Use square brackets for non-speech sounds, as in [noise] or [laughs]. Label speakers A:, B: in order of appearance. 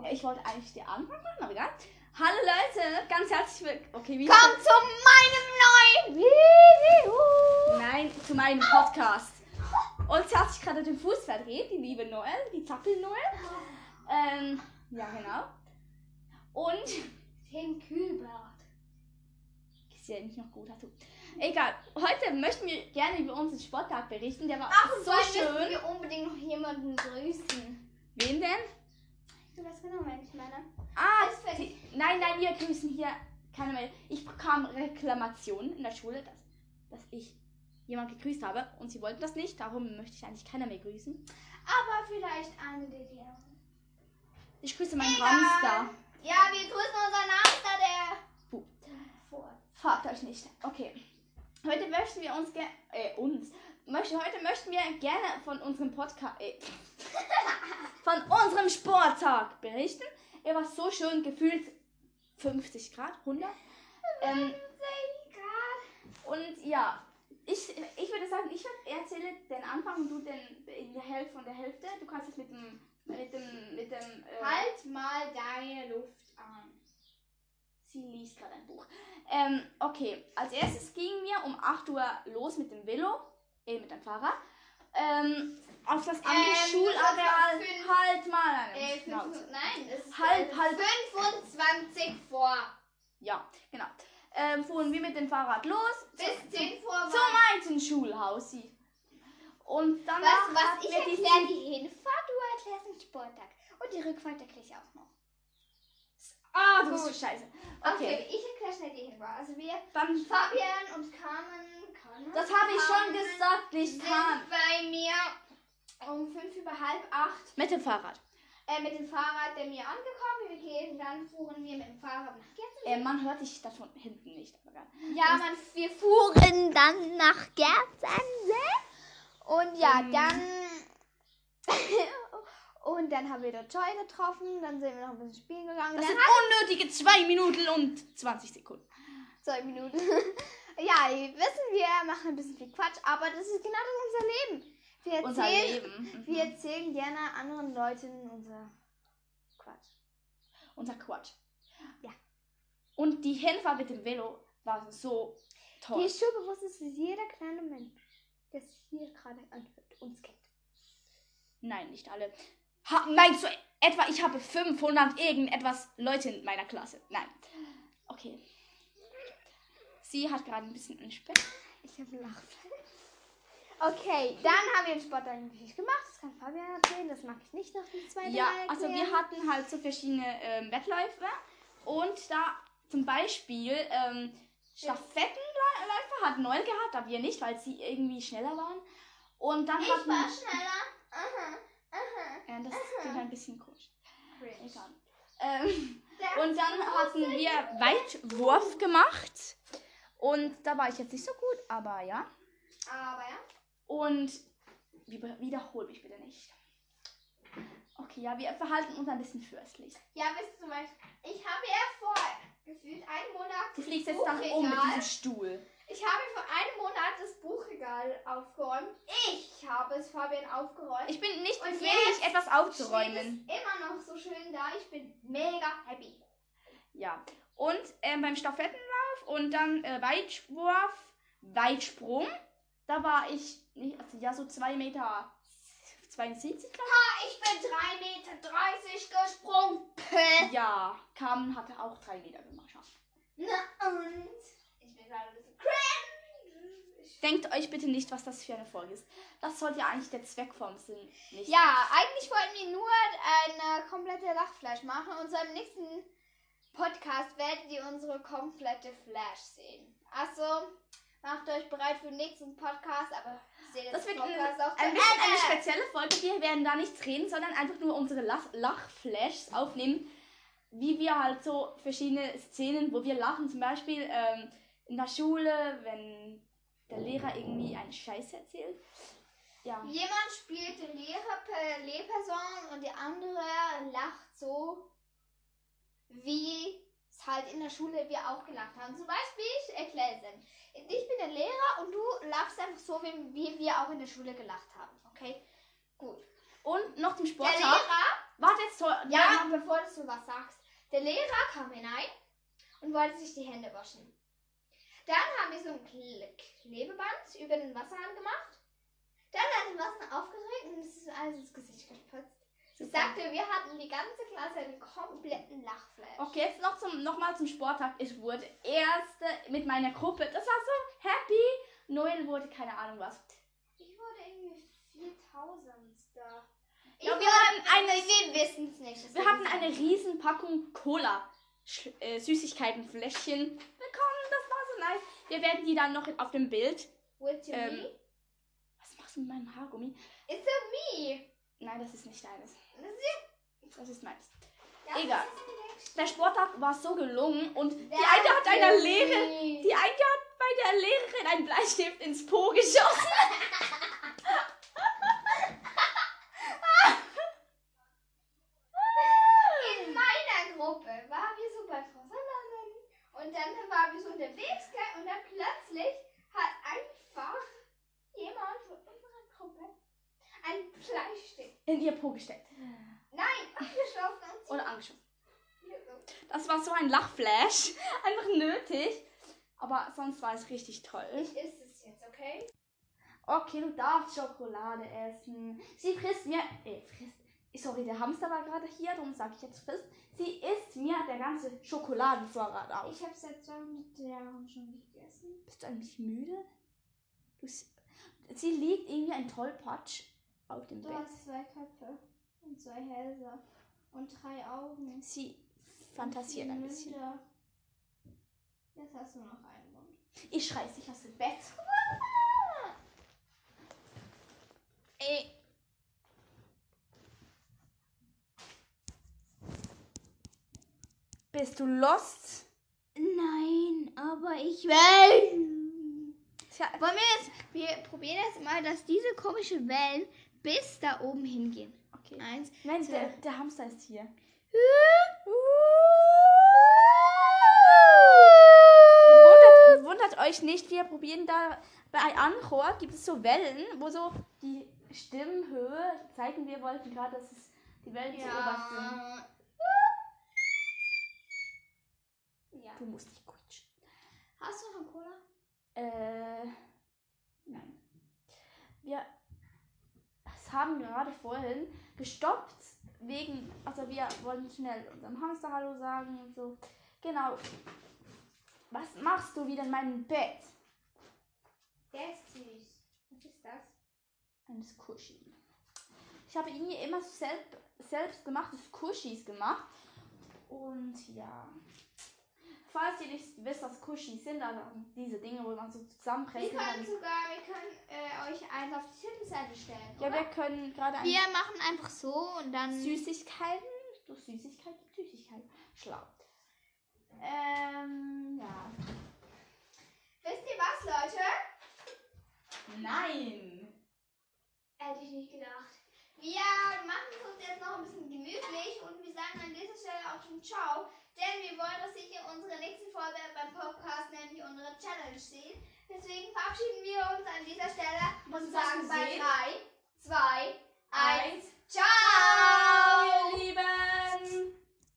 A: eigentlich die Anfang machen, aber egal. Hallo Leute, ganz herzlich willkommen. Okay, wie
B: Komm zu meinem neuen Video.
A: Nein, zu meinem Podcast. Uns hat sich gerade den Fuß verdreht, die liebe Noel, die Zappel Noel. Ähm, ja, genau. Und
C: Tim Kühlbart.
A: ich sehe mich noch gut dazu. Egal, heute möchten wir gerne über unseren Sporttag berichten. Der war
B: Ach,
A: so
B: müssen
A: schön.
B: wir unbedingt noch jemanden grüßen.
A: Wen denn?
B: Du weißt genau, wen ich meine.
A: Ah,
B: Das fällt-
A: die, nein, nein, wir grüßen hier keine mehr. Ich bekam Reklamationen in der Schule, dass, dass ich jemand gegrüßt habe und sie wollten das nicht. Darum möchte ich eigentlich keiner mehr grüßen.
B: Aber vielleicht eine der dir.
A: Ich grüße meinen
B: Egal.
A: Hamster. Oh.
B: Ja, wir grüßen unseren Hamster, der
A: Puh.
B: vor.
A: Fragt euch nicht. Okay. Heute möchten wir uns gerne. Äh, uns. Möchte, heute möchten wir gerne von unserem Podcast. Äh, [laughs] von unserem Sporttag berichten. Er war so schön gefühlt 50 Grad, 100. Ähm, Und ja, ich, ich würde sagen, ich erzähle den Anfang und du den in der Hälfte von der Hälfte. Du kannst es mit dem mit dem mit dem äh,
B: Halt mal deine Luft an.
A: Sie liest gerade ein Buch. Ähm, okay, als erstes gingen wir um 8 Uhr los mit dem Velo, äh, mit dem Fahrrad. Ähm, auf das andere
B: Ähm,
A: Schulareal.
B: das war fünf-
A: Halt mal an
B: Äh, fünf,
A: Schnauze.
B: nein, das ist
A: Halb,
B: äh,
A: halb.
B: 25 vor.
A: Ja, genau. Ähm, fuhren wir mit dem Fahrrad los
B: Bis 10 vor
A: zum
B: war.
A: alten Schulhaus. sie. Und dann
B: Was, was ich
A: wir die
B: erkläre, die Hinfahrt, du erklärst den Sporttag. Und die Rückfahrt erkläre ich auch noch.
A: Ah, du bist
B: Gut.
A: so scheiße.
B: Okay,
A: okay.
B: ich erkläre schnell die Hinfahrt. Also wir,
A: Dann
B: Fabian und Carmen, Carmen
A: Das habe ich schon
B: Carmen
A: gesagt, nicht
B: sind
A: kann.
B: bei mir um 5 über halb 8
A: Mit dem Fahrrad.
B: äh, mit dem Fahrrad bei mir angekommen. Wir gehen, dann fuhren wir mit dem Fahrrad nach Gerzen.
A: Äh, man hört dich davon hinten nicht. Aber egal.
B: Ja, man, wir fuhren dann nach Gerzense. Und ja,
A: Mhm.
B: dann. [laughs] und dann haben wir dort Joy getroffen. Dann sind wir noch ein bisschen spielen gegangen.
A: Das
B: dann
A: sind unnötige 2 Minuten und 20 Sekunden.
B: zwei Minuten. [laughs] ja, ihr wissen wir, machen ein bisschen viel Quatsch, aber das ist genau das unser Leben. Wir erzählen,
A: Unser Leben. Mhm.
B: Wir
A: Wir
B: erzählen gerne anderen Leuten unser Quatsch.
A: Unser Quatsch.
B: Ja.
A: Und die Hinfahrt mit dem Velo war so
B: Mir
A: toll.
B: ist schon bewusst, dass es jeder kleine Mensch, der sich hier gerade anhört, uns kennt.
A: Nein, nicht alle. Ha, meinst du etwa, ich habe 500 irgendetwas Leute in meiner Klasse? Nein. Okay. Sie hat gerade ein bisschen einen Speck.
B: Ich habe Lachfleisch. [laughs] Okay, dann haben wir den Sport eigentlich nicht gemacht. Das kann Fabian erzählen, das mag ich nicht noch die zweite
A: Ja,
B: Mal
A: also wir
B: erklären.
A: hatten halt so verschiedene ähm, Wettläufe und da zum Beispiel ähm, Stafettenläufe hat Neul gehabt, aber wir nicht, weil sie irgendwie schneller waren. Und dann hatten
B: schneller. Aha, aha.
A: äh, das klingt ein bisschen komisch.
B: Cringe.
A: Egal. Ähm, und dann hatten wir Weitwurf gemacht und da war ich jetzt nicht so gut, aber ja.
B: Aber ja.
A: Und wieder- wiederhol mich bitte nicht. Okay, ja, wir verhalten uns ein bisschen fürstlich.
B: Ja, wisst ihr zum Beispiel, ich habe ja vor gefühlt einem Monat.
A: Du fliegst jetzt nach oben mit diesem Stuhl.
B: Ich habe vor einem Monat das Buchregal aufgeräumt. Ich habe es Fabian aufgeräumt.
A: Ich bin nicht
B: Und
A: befähigt, etwas aufzuräumen.
B: Steht es immer noch so schön da. Ich bin mega happy.
A: Ja. Und ähm, beim Stafettenlauf und dann äh, Weitwurf, Weitsprung, da war ich nicht, also ja, so 2 Meter 72, glaube
B: Ich bin 3,30 Meter gesprungen.
A: ich. Ja, Carmen hatte auch 3 Meter geschafft.
B: Na und? Ich bin gerade ein bisschen cringe. Ich-
A: Denkt euch bitte nicht, was das für eine Folge ist. Das sollte ja eigentlich der Zweck vom Sinn nicht
B: Ja, eigentlich wollten wir nur eine komplette Lachflash machen. Und so im nächsten Podcast werdet ihr unsere komplette Flash sehen. Also, macht euch bereit für den nächsten Podcast, aber seht jetzt
A: Das wird
B: den
A: ein,
B: Podcast auch
A: ein bisschen eine spezielle Folge. Wir werden da nicht reden, sondern einfach nur unsere Lach Lachflashs aufnehmen, wie wir halt so verschiedene Szenen, wo wir lachen, zum Beispiel ähm, in der Schule, wenn der Lehrer irgendwie einen Scheiß erzählt. Ja,
B: Jemand spielt die Lehrer- Lehrperson und der andere lacht so, wie es halt in der Schule wir auch gelacht haben. Zum Beispiel, ich erkläre es Ihnen. Ich bin der Lehrer und du lachst einfach so, wie wie wir auch in der Schule gelacht haben. Okay? Gut.
A: und noch zum
B: Der
A: Sporttag.
B: Lehrer
A: Warte jetzt, Tor-
B: Ja, bevor du so was sagst. Der Lehrer kam hinein und wollte sich die Hände waschen. Dann haben wir so ein Kle Klebeband über den Wasserhahn gemacht. Dann hat er den Wasserhahn aufgedreht und es ist alles ins Gesicht gespritzt. Ich
A: Super.
B: sagte, wir hatten die ganze Klasse einen kompletten Lachflash.
A: Okay, jetzt noch zum, nochmal zum Sporttag. Ich wurde Erste mit meiner Gruppe. Das war so happy. Noel wurde keine Ahnung was.
C: Ich wurde irgendwie 4000 da.
B: Ich
A: Ja, wir
B: war-
A: haben eine-
B: wir wissen es nicht.
A: Wir
B: deswegen
A: hatten
B: sagen
A: eine riesen Packung Cola. Sch äh, Süßigkeitenfläschchen. Willkommen, das war so nice. Wir werden die dann noch auf dem Bild.
B: With you
A: ähm,
B: me?
A: Was machst du mit meinem Haargummi?
B: It's a me.
A: Nein, das ist nicht deines.
B: Das ist
A: Das ist meins.
B: ja, das
A: Egal.
B: ist die
A: Der Sporttag war so gelungen und die
B: Danke.
A: eine hat einer Lehrerin,
B: nächste.
A: die eine hat bei der Lehrerin einen Bleistift ins Po geschossen. [laughs]
B: In meiner Gruppe waren wir so bei Frau Sanderson und dann waren wir so unterwegs gell, und dann plötzlich hat einfach jemand von unserer Gruppe ein Bleistift,
A: In ihr Po gesteckt
B: nein, [laughs] abgeschossen und
A: oder angeschossen.
B: sie
A: Das war so ein Lachflash. [laughs] Einfach nötig. Aber sonst war es richtig toll.
B: Ich ist es jetzt, okay?
A: Okay, du darfst Schokolade essen. Sie frisst mir. Äh, frisst. Sorry, der Hamster war gerade hier, darum sage ich jetzt frisst. Sie isst mir der ganze Schokoladenvorrat auf.
C: Ich habe seit 200 Jahren schon gegessen.
A: Bist du eigentlich müde? Du, s- sie liegt irgendwie ein Tollpatsch auf dem
C: Du
A: Bett.
C: hast zwei Köpfe und zwei Hälse und drei Augen.
A: Sie fantasiert ein
C: Münder.
A: bisschen.
C: Jetzt hast du noch einen Mund.
A: Ich schreie dich aus dem Bett.
B: [laughs] Äh,
A: Ey. Bist du lost?
B: Nein, aber ich will.
A: Tja,
B: Wollen wir jetzt, wir probieren jetzt mal, dass diese komischen Wellen bis da oben hingehen.
A: okay.
B: Eins.
A: Nein, der, der Hamster ist hier. Wundert, wundert euch nicht, wir probieren da bei Anchor gibt es so Wellen, wo so die Stimmhöhe zeigen wir wollten gerade, dass es die Wellen zu beobachten.
B: Ja.
C: Ja.
A: Du musst nicht quatschen.
C: Hast du noch einen Cola?
A: Äh, nein. Wir es haben gerade vorhin gestoppt, wegen, also wir wollten schnell unserem Hamster Hallo sagen und so. Genau. Was machst du wieder in meinem Bett?
C: Der ist süß. Was ist das?
A: Eines Kuschis. Ich habe irgendwie immer selbst, selbstgemachtes Kuschis gemacht. Und ja. Falls ihr nicht wisst, was Kuschis sind, also diese Dinge, wo man so
C: Wir
A: zusammenpressen
C: können
A: kann.
C: sogar, wir können äh, euch einen auf die Tittenseite stellen.
A: Ja,
C: oder?
A: wir können gerade ein
B: Wir machen einfach so und dann.
A: Süßigkeiten. Durch Süßigkeit gibt Süßigkeiten. Schlau. Ähm, ja.
C: Wisst ihr was, Leute?
A: Nein!
C: Hätte ich nicht gedacht.
B: Wir machen es uns jetzt noch ein bisschen gemütlich und wir sagen an dieser Stelle auch schon Ciao, denn wir wollen, dass ihr unsere nächste Folge beim Podcast, nämlich unsere Challenge, seht. Deswegen verabschieden wir uns an dieser Stelle und
A: du das
B: sagen bei
A: gesehen?
B: 3, 2, 1,
A: Eins.
B: Ciao!
A: Ihr Lieben!